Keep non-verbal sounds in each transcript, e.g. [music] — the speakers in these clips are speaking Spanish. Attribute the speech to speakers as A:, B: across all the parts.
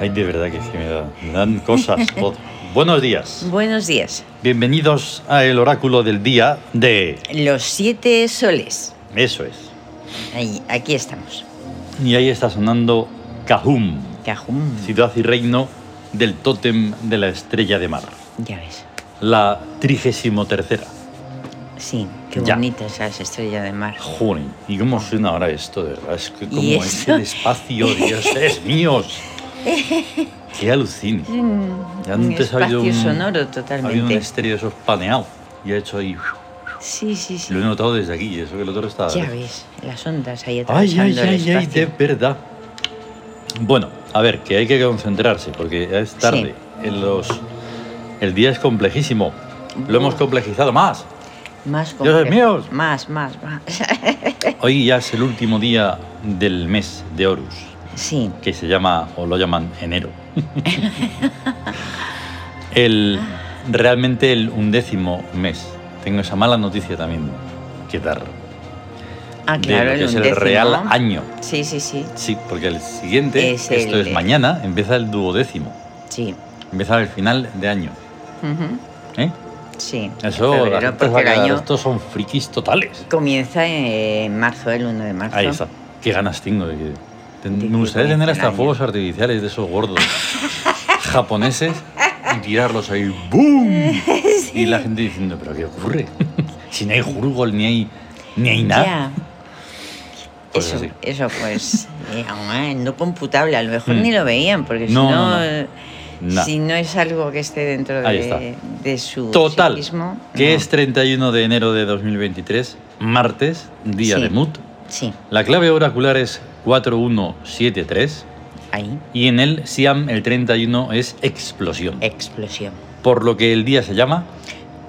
A: Ay, de verdad que sí me da- me dan
B: [laughs]
A: cosas. Oh, Buenos días.
B: Buenos días.
A: Bienvenidos a el oráculo del día de...
B: Los siete soles.
A: Eso es.
B: Ahí, aquí estamos.
A: Y ahí está sonando Cajum,
B: Cajum.
A: ciudad y reino del tótem de la estrella de mar.
B: Ya ves.
A: La trigésimo tercera.
B: Sí, qué
A: Ya.
B: bonita esa esa estrella de mar.
A: Joder, ¿y cómo suena ahora esto, de verdad? Es que como
B: ¿Y
A: es
B: eso?
A: el espacio,
B: [laughs]
A: dioses míos. Qué alucin.
B: Es un,
A: Ya
B: un
A: antes ha habido
B: espacio
A: un-
B: sonoro
A: Ha habido un
B: totalmente.
A: estéreo de esos paneado y ha hecho ahí...
B: Sí, sí, sí.
A: Lo he notado desde aquí, y eso que el otro está...
B: Ya ves, las ondas ahí
A: Ay,
B: atravesando
A: ay,
B: el
A: ay, ay, de
B: espacio.
A: verdad. Bueno, a ver, que hay que concentrarse porque ya es tarde. En los, el día es complejísimo. Lo
B: Mm.
A: hemos complejizado más.
B: Más
A: Dios
B: complejo.
A: míos.
B: Más, más, más. [laughs] Eh.
A: Hoy ya es el último día del mes de Horus,
B: sí,
A: que se llama, o lo llaman enero.
B: [laughs]
A: el, realmente el undécimo mes. Tengo esa mala noticia también que dar.
B: ah,
A: de
B: claro,
A: lo que
B: el
A: es el
B: undécimo.
A: real año.
B: Sí, sí, sí,
A: Sí, porque el siguiente,
B: Es
A: esto
B: el-
A: es mañana, empieza el duodécimo.
B: sí.
A: Empieza el final de año.
B: Ujú,
A: ¿eh?
B: Sí.
A: Eso,
B: Febrero,
A: la gente se va
B: porque
A: a
B: el
A: quedar,
B: año
A: estos son frikis totales.
B: comienza en marzo, el 1 de marzo.
A: Ahí está. Qué ganas tengo de que- ten-
B: De
A: Me
B: que
A: gustaría tener
B: comience el
A: hasta
B: año.
A: fuegos artificiales de esos
B: [laughs]
A: gordos japoneses y tirarlos ahí. ¡Boom!
B: [laughs]
A: Y la gente diciendo, ¿pero qué ocurre? [laughs] si no hay jurgol ni hay, ni hay nada.
B: Ya.
A: Pues
B: eso,
A: así.
B: eso pues [laughs] eh, ah, no computable, a lo mejor
A: Mm.
B: ni lo veían, porque si
A: No,
B: no,
A: no, no.
B: eh,
A: Nah.
B: si no es algo que esté dentro
A: Ahí
B: de, de su
A: Total,
B: psiquismo,
A: que
B: no.
A: es 31 de enero de 2023, martes, día
B: Sí.
A: de MUT.
B: Sí,
A: La clave oracular es 4173.
B: ahí,
A: Y en el Siam el 31 es explosión.
B: Eh. explosión.
A: Por lo que el día se llama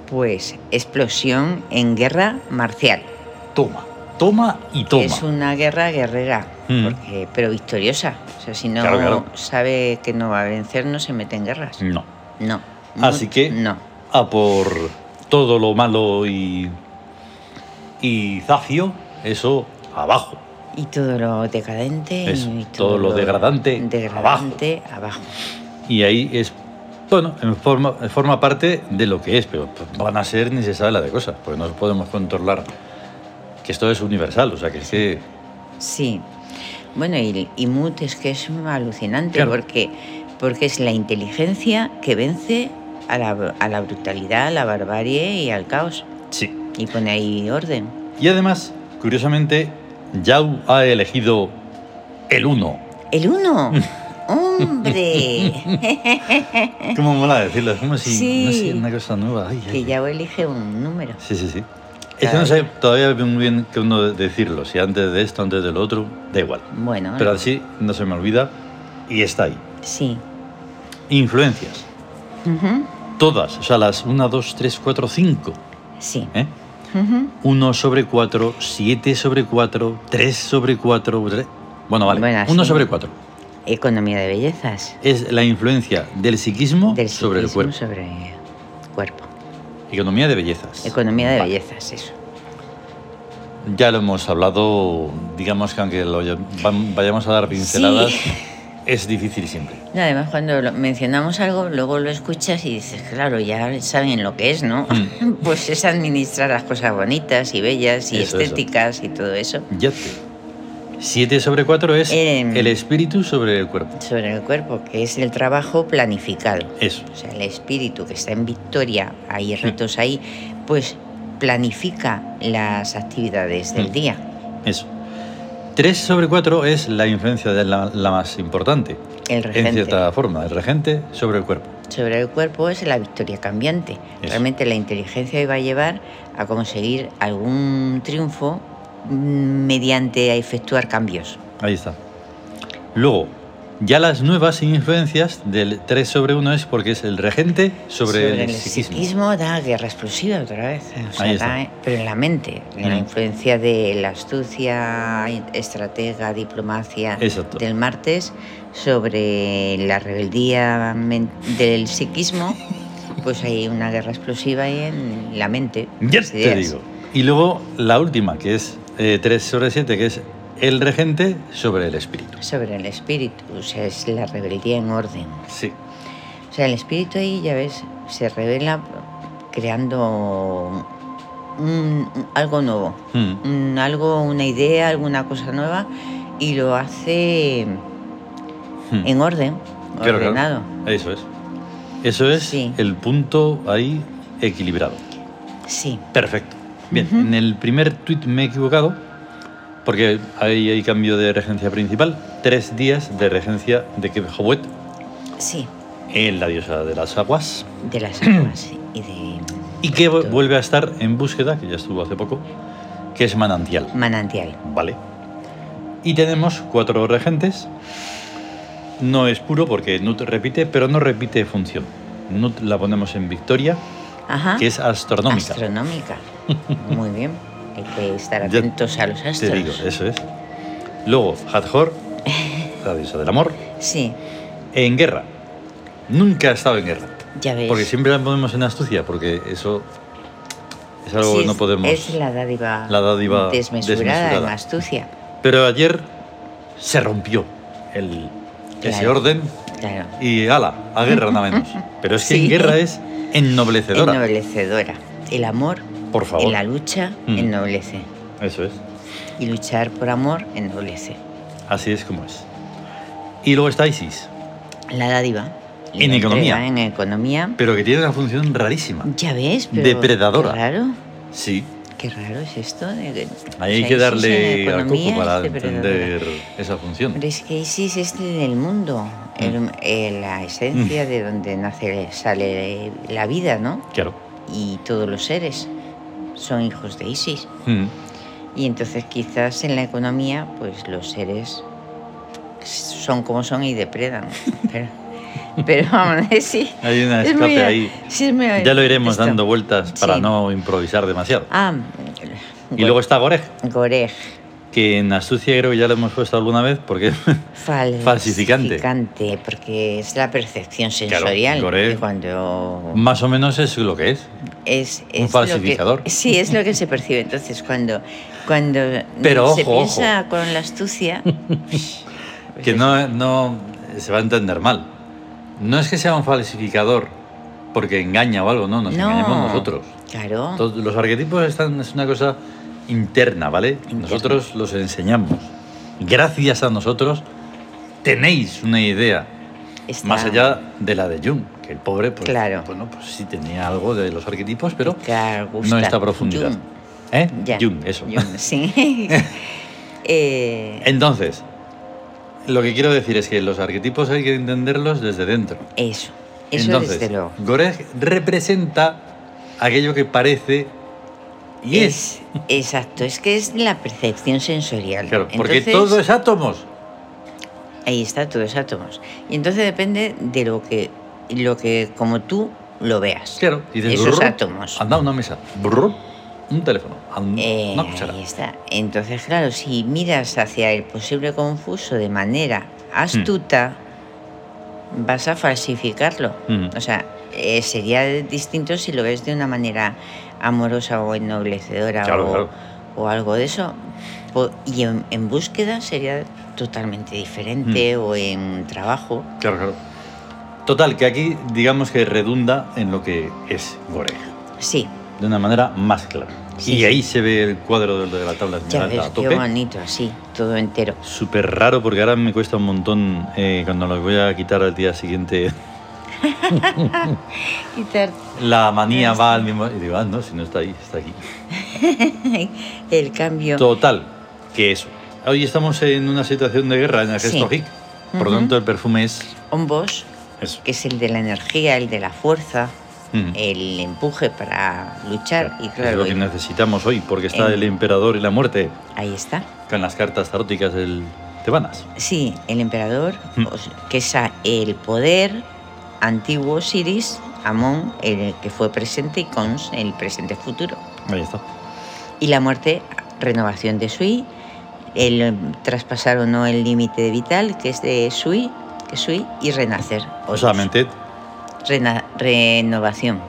B: Pues explosión en guerra marcial.
A: toma. Toma y toma.
B: Es una guerra guerrera,
A: Mm.
B: porque- pero victoriosa. O sea, si no
A: Claro, claro.
B: sabe que no va a vencer, no se mete en guerras.
A: No.
B: No.
A: Así que-
B: No.
A: A por todo lo malo y. y zafio, eso abajo.
B: Y todo lo decadente.
A: Eso,
B: y
A: todo lo degradante,
B: degradante, abajo.
A: Y ahí es. Bueno, en forma, forma parte de lo que es, pero van a ser ni se sabe la de cosas, porque no podemos controlar que esto es universal, o sea que es que.
B: Sí. Bueno, y, y Mut es que es alucinante
A: Claro.
B: porque, porque es la inteligencia que vence a la, a la brutalidad, a la barbarie y al caos.
A: Sí.
B: Y pone ahí orden.
A: Y además, curiosamente, Yau ha elegido el 1. [laughs]
B: ¡El uno! ¡Hombre! [laughs]
A: ¿Cómo mola decirlo? Es como si
B: ¿Eh? Sí.
A: no sé, una cosa nueva. Ay, ay,
B: que ya elige un número.
A: Sí, sí, sí. Es que
B: Cada
A: no sé todavía muy bien qué uno decirlo, si antes de esto, antes del otro, da igual.
B: Bueno,
A: Pero así no se me olvida y está ahí.
B: sí.
A: Influencias.
B: Ujú,
A: Todas, o sea, las 1, 2, 3, 4, 5.
B: Sí.
A: ¿eh?
B: Ujú.
A: 1 sobre 4, 7 sobre 4, 3 sobre 4. Bueno, vale.
B: Bueno,
A: 1
B: así.
A: sobre 4.
B: Economía de bellezas.
A: Es la influencia del psiquismo
B: Del
A: Oh, sobre el
B: psiquismo
A: cuerpo.
B: Sobre el cuerpo.
A: Economía de bellezas.
B: Economía de
A: Vale.
B: bellezas, eso.
A: Ya lo hemos hablado, digamos que aunque lo llam- vam- vayamos a dar
B: [laughs]
A: pinceladas,
B: Sí.
A: es difícil siempre.
B: No, además, cuando lo- mencionamos algo, luego lo escuchas y dices, claro, ya saben lo que es, ¿no?
A: Mm.
B: [laughs] pues es administrar las cosas bonitas y bellas y
A: Eso, eso.
B: estéticas y todo eso
A: Ya te. 7 sobre 4 es
B: Em.
A: el espíritu sobre el cuerpo.
B: sobre el cuerpo, que es el trabajo planificado.
A: Eso.
B: O sea, el espíritu que está en victoria, hay
A: Mm.
B: retos ahí, pues planifica las actividades del
A: Mm.
B: día.
A: Eso. 3 sobre 4 es la influencia de la, la más importante,
B: El
A: en
B: regente.
A: cierta forma, el regente sobre el cuerpo.
B: sobre el cuerpo es la victoria cambiante.
A: Eso.
B: Realmente la inteligencia iba a llevar a conseguir algún triunfo mm, mediante a efectuar cambios.
A: Ahí está. Luego, Ya las nuevas influencias del 3 sobre 1 es porque es el regente sobre,
B: Sobre
A: el,
B: el
A: psiquismo.
B: psiquismo da guerra explosiva otra vez. eh, O sea,
A: Ahí está.
B: da- pero en la mente, en la
A: Mm.
B: influencia de la astucia, estratega, diplomacia
A: Exacto.
B: del martes sobre la rebeldía men- del psiquismo, pues hay una guerra explosiva ahí en la mente.
A: Ya
B: las
A: te
B: ideas.
A: digo. Y luego la última, que es eh, 3 sobre 7, que es el regente sobre el espíritu.
B: Sobre el espíritu, o sea, es la rebeldía en orden.
A: Sí.
B: O sea, el espíritu ahí, ya ves, se revela creando un- un- algo nuevo.
A: Mm.
B: un- algo, una idea, alguna cosa nueva y lo hace
A: Mm.
B: en orden,
A: Claro, claro.
B: ordenado.
A: Eso es. Eso es
B: Sí.
A: el punto ahí equilibrado.
B: Sí,
A: Perfecto. Bien, en el primer tweet me he equivocado porque ahí hay cambio de regencia principal. Tres días de regencia de Kebhawet
B: sí,
A: en la diosa de las aguas.
B: de las aguas y de
A: Y que vu-
B: Correcto.
A: vuelve a estar en búsqueda, que ya estuvo hace poco, que es manantial.
B: manantial.
A: Vale. Y tenemos cuatro regentes. No es puro porque Nut repite, pero no repite función. Nut la ponemos en victoria,
B: Ajá.
A: que es astronómica.
B: Ah. Astronómica.
A: [laughs]
B: Muy bien. Hay que estar
A: Ya
B: atentos a los astros.
A: Te digo, eso es. Luego,
B: [laughs]
A: Hathor, la diosa del amor,
B: Sí,
A: en guerra. Nunca ha estado en guerra.
B: ya ves.
A: Porque siempre la ponemos en astucia, porque eso es algo
B: Sí,
A: que no
B: es-
A: podemos.
B: Es la dádiva,
A: La dádiva
B: desmesurada, en
A: desmesurada.
B: astucia.
A: Pero ayer se rompió el, ese
B: Claro.
A: orden
B: Claro.
A: y ala, a guerra nada
B: [laughs]
A: menos. Pero es que en
B: Sí.
A: guerra es ennoblecedora.
B: Ennoblecedora. El amor
A: Por favor.
B: en la lucha
A: Mm.
B: ennoblece.
A: Eso es.
B: Y luchar por amor ennoblece.
A: Así es como es. Y luego está Isis,
B: La dádiva.
A: En
B: La
A: economía.
B: entrega En economía.
A: pero que tiene una función rarísima.
B: Ya ves, pero.
A: Depredadora.
B: Qué raro.
A: Sí,
B: Qué raro es esto. de que-
A: ahí
B: o
A: hay
B: sea,
A: que
B: Isis en
A: darle a
B: economía
A: coco
B: es este
A: para
B: depredadora.
A: entender esa función.
B: Pero es que Isis es este del mundo.
A: Mm.
B: el- eh, la esencia de donde nace, sale la vida, ¿no?
A: Claro.
B: Y todos los seres son hijos de Isis.
A: Mm.
B: Y entonces quizás en la economía, pues los seres son como son y depredan.
A: [laughs]
B: Pero, pero vamos, [laughs] sí.
A: Hay una
B: Es
A: escape
B: muy-
A: ahí.
B: sí, es muy-
A: Ya lo iremos
B: esto.
A: dando vueltas para
B: Sí.
A: no improvisar demasiado.
B: Ah,
A: Y luego está Goreg,
B: Gorej.
A: que en astucia creo que ya lo hemos puesto alguna vez porque [laughs]
B: Falsificante. porque es la percepción sensorial.
A: Gorej.
B: que cuando
A: más o menos es lo que es.
B: es,
A: un
B: es lo que-
A: falsificador.
B: sí, es lo que se percibe. Entonces, cuando, cuando
A: Pero
B: se
A: ojo,
B: piensa con
A: [laughs]
B: la astucia,
A: Que no, no eh, se va a entender mal. No es que sea un falsificador porque engaña o algo, no, nos
B: No.
A: engañamos nosotros.
B: claro,
A: Todos- los arquetipos están, es una cosa interna, ¿vale?
B: Interna.
A: Nosotros los enseñamos. Gracias a nosotros tenéis una idea
B: está-
A: más allá de la de Jung, que el pobre, pues,
B: Claro.
A: bueno, pues sí tenía algo de los arquetipos, pero
B: Claro,
A: no
B: Gustav
A: esta profundidad.
B: Jung.
A: ¿Eh?
B: Ya.
A: Jung, eso. [laughs]
B: Jung, sí. [laughs] Eh,
A: Entonces, lo que quiero decir es que los arquetipos hay que entenderlos desde dentro.
B: eso, eso
A: Entonces,
B: desde luego.
A: Goreg representa aquello que parece y es.
B: Es, exacto, es que es la percepción sensorial.
A: Claro, porque
B: Entonces,
A: todo es átomos.
B: Ahí está, todo es átomos. Y entonces depende de lo que, lo que como tú lo veas.
A: Claro, y dices,
B: Esos
A: "Brr,
B: átomos.
A: Anda una mesa, brr, un teléfono, an-
B: Eh,
A: una cuchara.
B: ahí está. Entonces, claro, si miras hacia el posible confuso de manera astuta, vas a falsificarlo.
A: Mm.
B: O sea, eh, sería distinto si lo ves de una manera amorosa o ennoblecedora
A: Claro,
B: o,
A: claro.
B: o algo de eso. O- y en, en búsqueda sería totalmente diferente
A: Mm.
B: o en trabajo.
A: Claro, claro. Total, que aquí digamos que redunda en lo que es Goreg,
B: Sí,
A: de una manera más clara.
B: Sí,
A: y
B: sí.
A: ahí se ve el cuadro de, de la tabla
B: ya
A: esmeralda
B: ves,
A: a
B: qué
A: tope.
B: bonito, así, todo entero.
A: Súper raro porque ahora me cuesta un montón eh, cuando los voy a quitar al día siguiente.
B: Quitar
A: La manía va al mismo... Y digo, ah, no, si no está ahí, está aquí.
B: el cambio.
A: Total, que eso. Hoy estamos en una situación de guerra en el
B: Sí.
A: gesto hic. Por
B: Ujú.
A: lo tanto, el perfume es
B: Un boss,
A: eso.
B: que es el de la energía, el de la fuerza,
A: Ujú.
B: el empuje para luchar. Y
A: Mm.
B: Eh.
A: es
B: claro,
A: lo que necesitamos hoy, porque está
B: en-
A: el emperador y la muerte
B: ahí está.
A: con las cartas taróticas del Te vanas.
B: Sí, el emperador,
A: Mm.
B: o sea, que es a- el poder antiguo Osiris, Amón, el que fue presente, y Cons, el presente futuro.
A: Ahí está.
B: Y la muerte, renovación de Sui, el eh, traspasar o no el límite vital, que es de Sui, que es Sui, y renacer.
A: O sea, mente.
B: Rena- renovación.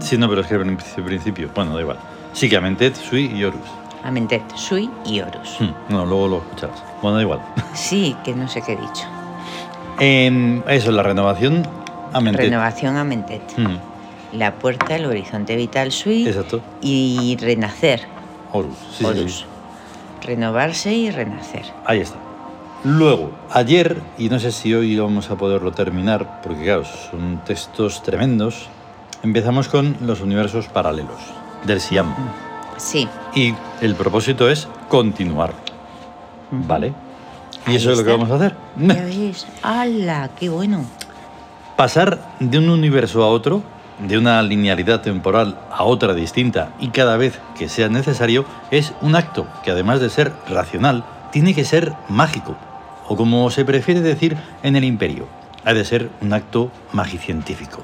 A: Sí, no, pero es que en principio- principio. Bueno, da igual. Sí, que a Mentet, Sui y Horus.
B: Amentet, Sui y Horus.
A: Hmm, No, luego lo escucharás. Bueno, da igual. [laughs]
B: Sí, que no sé qué he dicho.
A: Em, eso, la renovación a Mentet.
B: Renovación Amentet.
A: Hmm,
B: La puerta, el horizonte vital Sui
A: Exacto.
B: y renacer.
A: Horus. Sí, sí,
B: Horus.
A: sí.
B: Renovarse y renacer.
A: Ahí está. Luego, ayer, y no sé si hoy vamos a poderlo terminar, porque claro, son textos tremendos, empezamos con los universos paralelos del Siam.
B: Mm.
A: [laughs]
B: Sí.
A: Y el propósito es continuar, ¿vale? Y
B: Ahí
A: eso es lo que
B: está.
A: vamos a hacer.
B: ¿Ya ves? ¡Hala! ¡Qué bueno!
A: Pasar de un universo a otro, de una linealidad temporal a otra distinta y cada vez que sea necesario, es un acto que además de ser racional, tiene que ser mágico, o como se prefiere decir en el imperio, ha de ser un acto magicientífico.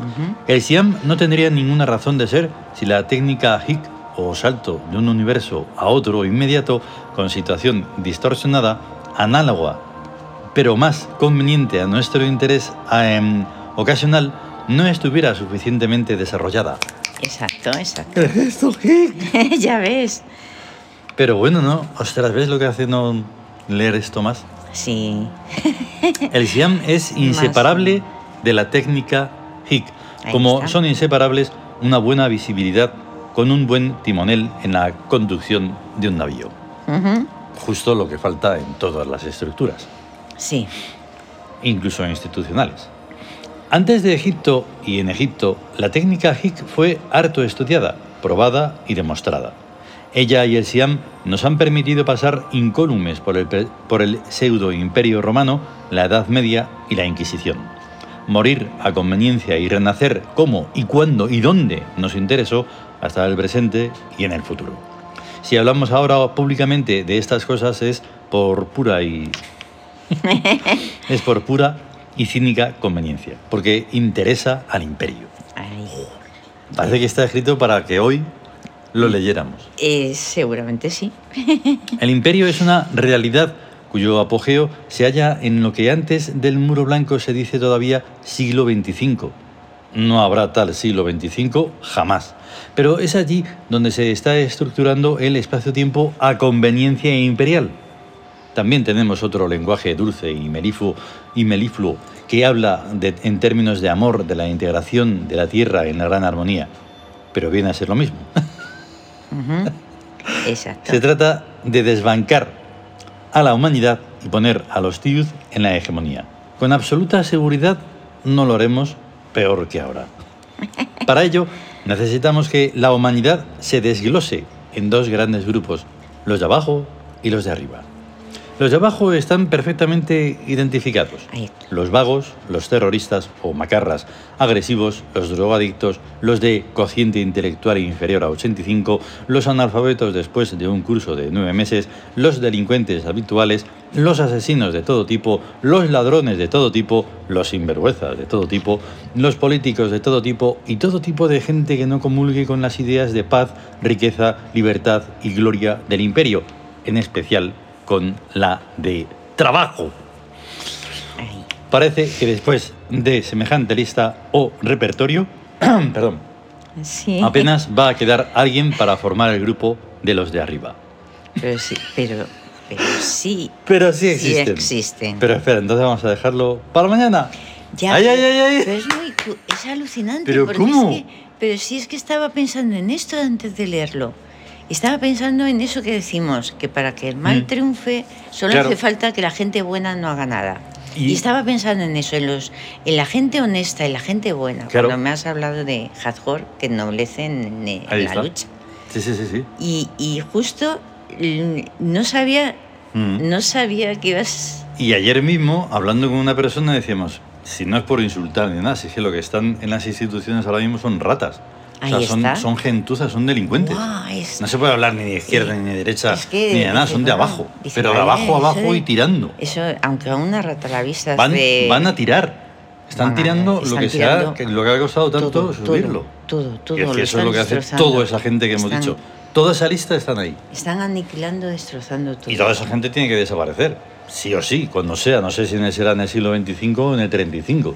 B: Ujú.
A: El Siam no tendría ninguna razón de ser si la técnica Hick o salto de un universo a otro inmediato con situación distorsionada, análoga, pero más conveniente a nuestro interés ah, em, ocasional, no estuviera suficientemente desarrollada.
B: Exacto, exacto. [laughs]
A: es esto, Hick?
B: ya ves.
A: Pero bueno, ¿no? Ostras, ¿ves lo que hace no leer esto más?
B: Sí.
A: El Siam es inseparable de la técnica Hick,
B: Ahí
A: como
B: está.
A: son inseparables una buena visibilidad con un buen timonel en la conducción de un navío.
B: Ujú.
A: Justo lo que falta en todas las estructuras,
B: Sí.
A: incluso institucionales. Antes de Egipto y en Egipto, la técnica Hick fue harto estudiada, probada y demostrada. Ella y el Siam nos han permitido pasar incólumes por el, pre- por el pseudo imperio romano, la Edad Media y la Inquisición. Morir a conveniencia y renacer cómo y cuándo y dónde nos interesó hasta el presente y en el futuro. Si hablamos ahora públicamente de estas cosas es por pura y es por pura y cínica conveniencia, porque interesa al imperio.
B: Ahí.
A: Parece que está escrito para que hoy lo leyéramos.
B: Eh, seguramente sí.
A: El imperio es una realidad cuyo apogeo se halla en lo que antes del muro blanco se dice todavía siglo XXV. No habrá tal siglo XXV jamás, pero es allí donde se está estructurando el espacio-tiempo a conveniencia imperial. También tenemos otro lenguaje dulce y melifluo, y melifluo que habla de- en términos de amor de la integración de la Tierra en la gran armonía, pero viene a ser lo mismo. [laughs]
B: Ujú. Exacto.
A: Se trata de desbancar a la humanidad y poner a los tíos en la hegemonía. Con absoluta seguridad no lo haremos peor que ahora. Para ello, necesitamos que la humanidad se desglose en dos grandes grupos, los de abajo y los de arriba. Los de abajo están perfectamente identificados.
B: Ahí.
A: Los vagos, los terroristas o macarras, agresivos, los drogadictos, los de cociente intelectual inferior a 85, los analfabetos después de un curso de nueve meses, los delincuentes habituales, los asesinos de todo tipo, los ladrones de todo tipo, los sinvergüenzas de todo tipo, los políticos de todo tipo y todo tipo de gente que no comulgue con las ideas de paz, riqueza, libertad y gloria del imperio, en especial con la de trabajo.
B: Ahí.
A: Parece que después de semejante lista o repertorio, [clears throat] perdón,
B: Sí.
A: apenas va a quedar alguien para formar el grupo de los de arriba.
B: Pero sí. Pero, pero sí.
A: Pero sí
B: Sí
A: existen.
B: existen.
A: Pero espera, entonces vamos a dejarlo para mañana.
B: Ya,
A: Ay,
B: pero-
A: ay, ay, ay.
B: pero es, muy cu- es alucinante.
A: Pero
B: porque
A: ¿cómo?
B: Es que, pero sí es que estaba pensando en esto antes de leerlo. Estaba pensando en eso que decimos, que para que el mal
A: Mm.
B: triunfe solo
A: Claro.
B: hace falta que la gente buena no haga nada.
A: Y-
B: Y, estaba pensando en eso, en, los, en la gente honesta, en la gente buena.
A: Claro.
B: Cuando me has hablado de Hathor, que ennoblecen en, eh,
A: Ahí
B: la
A: está.
B: lucha.
A: Sí, sí, sí, sí.
B: Y, y justo mm, no sabía,
A: Mm.
B: no sabía que ibas...
A: Y ayer mismo, hablando con una persona, decíamos, si no es por insultar ni nada, si es que lo que están en las instituciones ahora mismo son ratas. O sea,
B: Ahí
A: son,
B: está.
A: son gentuzas, son delincuentes.
B: Guau, es-
A: No se puede hablar ni de izquierda,
B: Sí.
A: ni de derecha,
B: Es que
A: ni de nada,
B: dice,
A: son de
B: bueno,
A: abajo.
B: dice,
A: pero de
B: vale,
A: abajo,
B: eso
A: abajo
B: de-
A: y tirando.
B: Eso, aunque a una rata la vista
A: Van,
B: de...
A: van a tirar. Están
B: van a-
A: tirando lo
B: están
A: que, se ha,
B: tirando
A: que- lo que ha costado tanto
B: todo,
A: subirlo.
B: Todo, todo, todo.
A: Y es que eso es
B: están
A: lo que hace
B: destrozando.
A: toda esa gente que hemos
B: Están-
A: dicho. Toda esa lista están ahí.
B: Están aniquilando, destrozando todo.
A: Y toda esa gente tiene que desaparecer, sí o sí, cuando sea. No sé si en el- será en el siglo XXV o en el 35.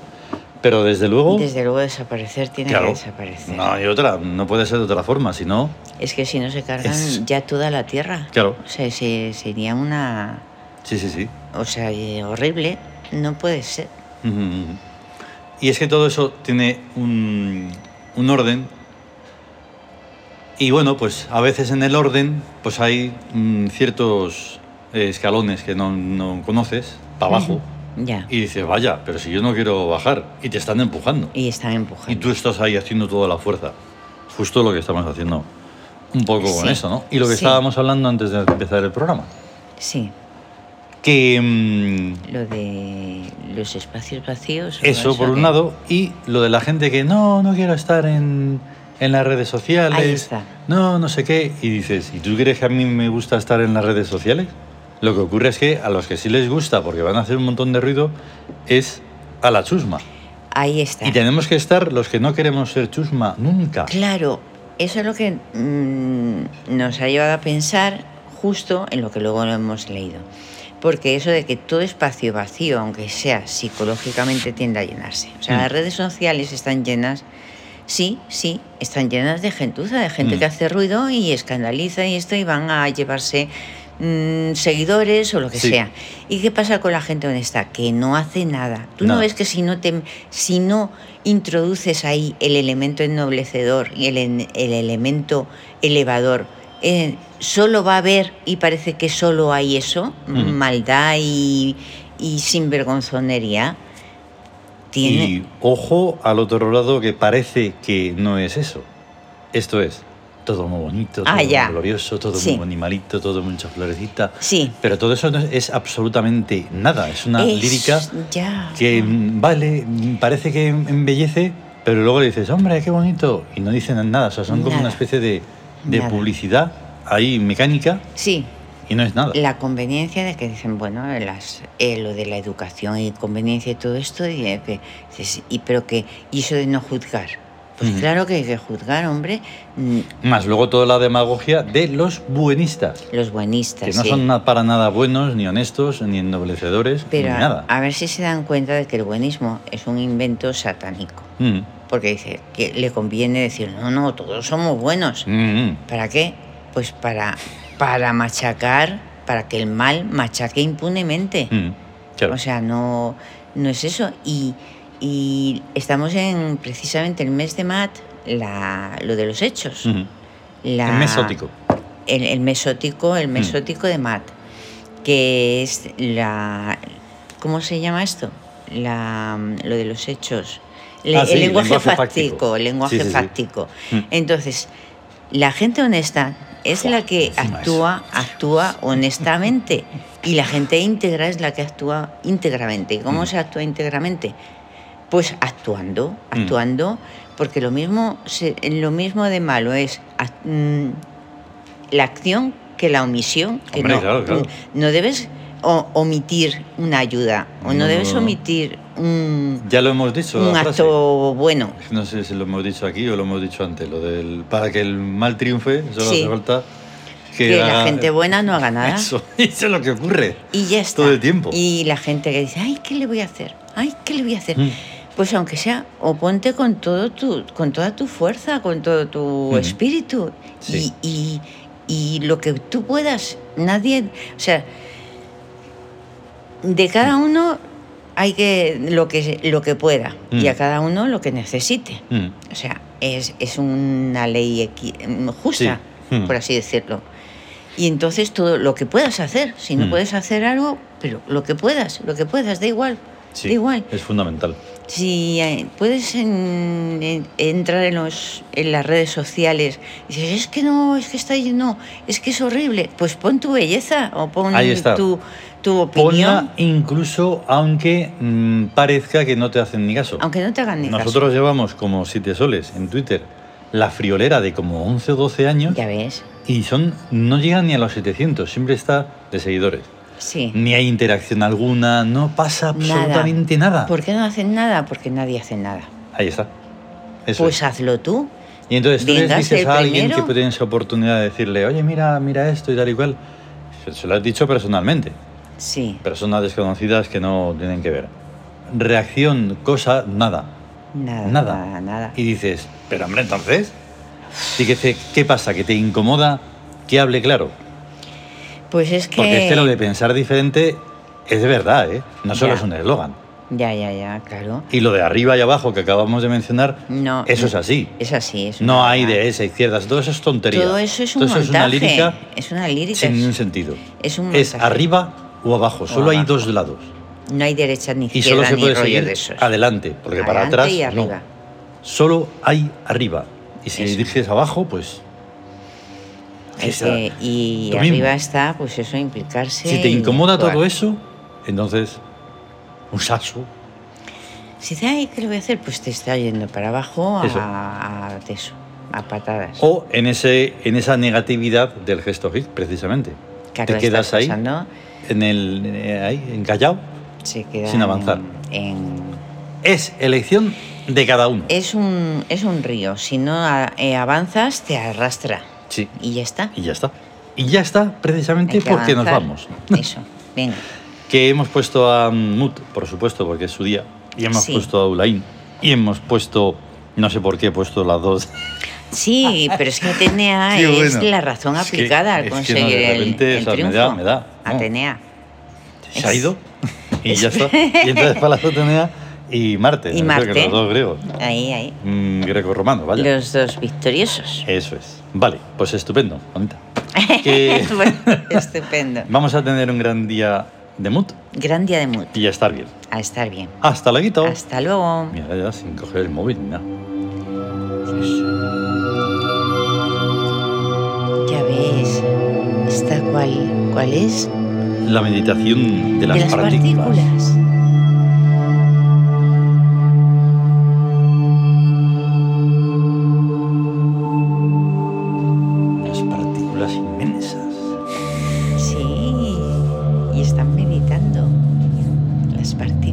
A: Pero desde luego,
B: Desde luego desaparecer tiene
A: claro,
B: que desaparecer.
A: no hay otra, no puede ser de otra forma, si no,
B: Es que si no se cargan
A: Es-
B: ya toda la tierra.
A: claro,
B: O sea, se- sería una...
A: sí, sí, sí.
B: O sea, eh, horrible. No puede ser.
A: Ujú. Y es que todo eso tiene un, un orden. Y bueno, pues a veces en el orden pues hay mm, ciertos eh, escalones que no, no conoces, para abajo,
B: Ya. Y,
A: y dices, vaya, pero si yo no quiero bajar, y te están empujando.
B: están empujando.
A: Y tú estás ahí haciendo toda la fuerza. Justo lo que estamos haciendo un poco con
B: Sí,
A: eso, ¿no? Y lo que
B: sí.
A: estábamos hablando antes de empezar el programa.
B: Sí.
A: Que mm,
B: Lo de los espacios vacíos. o
A: eso por un
B: de-
A: lado y lo de la gente que no, no quiero estar en, en las redes sociales.
B: Ahí está.
A: No, no sé qué. Y dices, ¿y tú crees que a mí me gusta estar en las redes sociales? Lo que ocurre es que a los que sí les gusta, porque van a hacer un montón de ruido, es a la chusma.
B: Ahí está.
A: Y tenemos que estar los que no queremos ser chusma nunca.
B: Claro, eso es lo que mm, nos ha llevado a pensar justo en lo que luego lo hemos leído. Porque eso de que todo espacio vacío, aunque sea psicológicamente, tiende a llenarse. O sea,
A: Mm.
B: las redes sociales están llenas, sí, sí, están llenas de gentuza, de gente
A: Mm.
B: que hace ruido y escandaliza y esto y van a llevarse mm, seguidores o lo que
A: Sí.
B: sea. ¿Y qué pasa con la gente honesta? Que no hace nada. Tú no
A: Nada.
B: ves que si no, te, si no introduces ahí el elemento ennoblecedor y el, en- el elemento elevador, eh, solo va a haber, y parece que solo hay eso,
A: Ujú.
B: maldad y, y sinvergonzonería, tiene...
A: Y ojo al otro lado que parece que no es eso. Esto es todo muy bonito, todo
B: Ah, ya.
A: muy glorioso, todo
B: Sí.
A: muy animalito, todo mucha florecita.
B: Sí.
A: Pero todo eso no es, es absolutamente nada. Es una
B: Es-
A: lírica
B: ya.
A: que, mm, vale, mm, parece que embellece, pero luego le dices, hombre, qué bonito. Y no dicen nada. O sea, son como
B: Nada.
A: una especie de, de
B: Nada.
A: publicidad ahí mecánica
B: Sí,
A: y no es nada.
B: la conveniencia de que dicen, bueno, las, eh, lo de la educación y conveniencia y todo esto, y, eh, que, dices, y- pero que, y eso de no juzgar. Pues
A: Ujú.
B: claro que hay que juzgar, hombre, mm,
A: Más luego toda la demagogia de los buenistas.
B: los buenistas.
A: Que no
B: sí.
A: son na- para nada buenos, ni honestos, ni ennoblecedores,
B: Pero
A: ni
B: a-
A: nada.
B: a ver si se dan cuenta de que el buenismo es un invento satánico.
A: Mm,
B: Porque dice que le conviene decir, no, no, todos somos buenos.
A: mm, mm.
B: ¿Para qué? Pues para, para machacar, para que el mal machaque impunemente.
A: Mm, claro.
B: O sea, no, no es eso. Y, y estamos en precisamente el mes de Matt, la, lo de los hechos.
A: Mm.
B: La-
A: Es mesótico. Mm.
B: el, el mesótico, el mesótico de Matt, que es la ¿cómo se llama esto? La, lo de los hechos. Le-
A: Ah, sí,
B: el lenguaje,
A: lenguaje
B: fáctico,
A: fáctico.
B: el lenguaje
A: Sí, sí, sí.
B: fáctico.
A: Mm.
B: Entonces, la gente honesta es
A: Buah,
B: la que
A: encima
B: actúa, actúa honestamente.
A: [laughs]
B: Y la gente íntegra es la que actúa íntegramente. ¿Y cómo
A: Mm.
B: se actúa íntegramente? Pues actuando,
A: Mm.
B: actuando, porque lo mismo, se- lo mismo de malo es ac- mm, la acción que la omisión. Que
A: Hombre,
B: no, Mm,
A: claro, claro.
B: no debes o- omitir una ayuda o no,
A: No, no,
B: debes
A: no, no.
B: omitir un,
A: Ya lo hemos dicho.
B: un
A: la frase.
B: acto bueno.
A: No sé si lo hemos dicho aquí o lo hemos dicho antes. Lo del para que el mal triunfe, solo
B: Sí.
A: hace falta que,
B: Que, la
A: haga-
B: gente buena ¿eh? no haga nada.
A: Eso, [laughs] eso es lo que ocurre.
B: Y ya está.
A: Todo el tiempo.
B: Y la gente que dice, ay, ¿qué le voy a hacer? Ay, ¿qué le voy a hacer?
A: Mm.
B: Pues aunque sea, oponte con todo tu, con toda tu fuerza, con todo tu
A: Ujú.
B: espíritu.
A: Mm. Sí.
B: Y, y, y lo que tú puedas, nadie, o sea, de
A: Mm.
B: cada uno hay que lo que lo que pueda y a
A: Mm.
B: cada uno lo que necesite.
A: Mm.
B: O sea, es, es una ley equi- em, justa,
A: Sí. Mm.
B: por así decirlo. Y entonces todo lo que puedas hacer, si no
A: Mm.
B: puedes hacer algo, pero lo que puedas, lo que puedas, da igual.
A: Sí,
B: Da igual.
A: Es fundamental.
B: Si eh, puedes en- en- entrar en, los, en las redes sociales y dices, es que no, es que está lleno, es que es horrible, pues pon tu belleza o pon
A: Ahí está.
B: Tu, tu opinión,
A: Ponla incluso aunque mm, parezca que no te hacen ni caso.
B: aunque no te hagan ni caso.
A: Nosotros llevamos como siete soles en Twitter la friolera de como 11 o 12 años
B: Ya ves.
A: y son no llegan ni a los 700, siempre está de seguidores.
B: Sí.
A: Ni hay interacción alguna, no pasa absolutamente nada.
B: ¿Por qué no hacen nada? Porque nadie hace nada.
A: Ahí está. Eso
B: pues
A: es.
B: hazlo tú.
A: Y entonces tú les
B: vengas
A: dices
B: el
A: a alguien
B: primero.
A: que tiene esa oportunidad de decirle, oye, mira, mira esto y tal y cual. Se, se lo has dicho personalmente.
B: Sí.
A: Personas desconocidas que no tienen que ver. Reacción, cosa, nada.
B: Nada.
A: Nada.
B: Nada. nada.
A: Y dices, pero hombre, entonces. Y que te- ¿Qué pasa? ¿Que te incomoda que hable claro?
B: Pues es que.
A: Porque este lo de pensar diferente es de verdad, ¿eh? No solo
B: Ya.
A: es un eslogan.
B: Ya, ya, ya, claro.
A: Y lo de arriba y abajo que acabamos de mencionar,
B: No.
A: eso es así.
B: Es así. Es
A: No
B: una
A: hay
B: verdad.
A: de esa izquierda, todo eso es tontería.
B: Todo eso es un
A: Todo eso
B: montaje.
A: es una lírica
B: Es una lírica,
A: sin
B: es-
A: ningún sentido.
B: es un
A: Es
B: montaje.
A: arriba o abajo, solo hay
B: abajo.
A: dos lados.
B: No hay derecha ni
A: Y solo
B: izquierda
A: se
B: ni
A: puede
B: rollo
A: seguir
B: de esos.
A: adelante, porque para
B: Adelante
A: atrás
B: y
A: no.
B: arriba.
A: Solo hay arriba. Y si
B: Eso.
A: diriges abajo, pues...
B: Hay
A: esa-
B: que- y
A: tú
B: arriba
A: mismo.
B: está, pues eso, implicarse.
A: Si te
B: y
A: incomoda
B: actuar.
A: todo eso, entonces un saxo.
B: Si dices, ay, ¿qué le voy a hacer? Pues te está yendo para abajo
A: Eso.
B: a, a de eso, a patadas.
A: O en, ese, en esa negatividad del gesto hic, precisamente.
B: Claro,
A: te
B: estás
A: quedas ahí,
B: pensando,
A: en el, eh, ahí, encallado.
B: se queda
A: sin avanzar.
B: en- en-
A: Es elección de cada uno.
B: es, un, es un río. Si no a- eh, avanzas, te arrastra.
A: Sí.
B: Y ya está.
A: Y ya está. Y ya está, precisamente
B: Hay que
A: porque nos
B: avanzar.
A: vamos.
B: Eso, venga.
A: Que hemos puesto a Mut, por supuesto, porque es su día. Y hemos
B: Sí.
A: puesto a Ulain. Y hemos puesto, no sé por qué he puesto las
B: [laughs]
A: dos.
B: Sí, pero es
A: [laughs]
B: que Atenea
A: Qué
B: es
A: bueno.
B: la razón
A: Es que- es
B: aplicada al
A: que no, de
B: conseguir el-
A: repente,
B: el,
A: o sea, me
B: triunfo.
A: da- me da, ¿no?
B: Atenea.
A: Se ha
B: Es-
A: ido. Y ya está. Y
B: [laughs]
A: entonces Palazzo tenía y Marte.
B: Y
A: me refiero que
B: Marte.
A: Los dos griegos.
B: Ahí, ahí.
A: Mm, greco-romano, vaya.
B: Los dos [laughs] victoriosos.
A: Eso es. Vale, pues estupendo,
B: [laughs]
A: bonita. Que
B: Bueno, estupendo.
A: vamos a tener un gran día de Mut
B: Gran día de Mut.
A: y a estar bien.
B: A estar bien.
A: Hasta luego.
B: Hasta luego.
A: Mira, ya sin coger el móvil ni nada.
B: Ya ves. ¿Esta cuál, cuál es?
A: La meditación de las,
B: de las
A: partículas.
B: partículas.
A: Las partículas inmensas.
B: Sí. Y están meditando. Las partículas.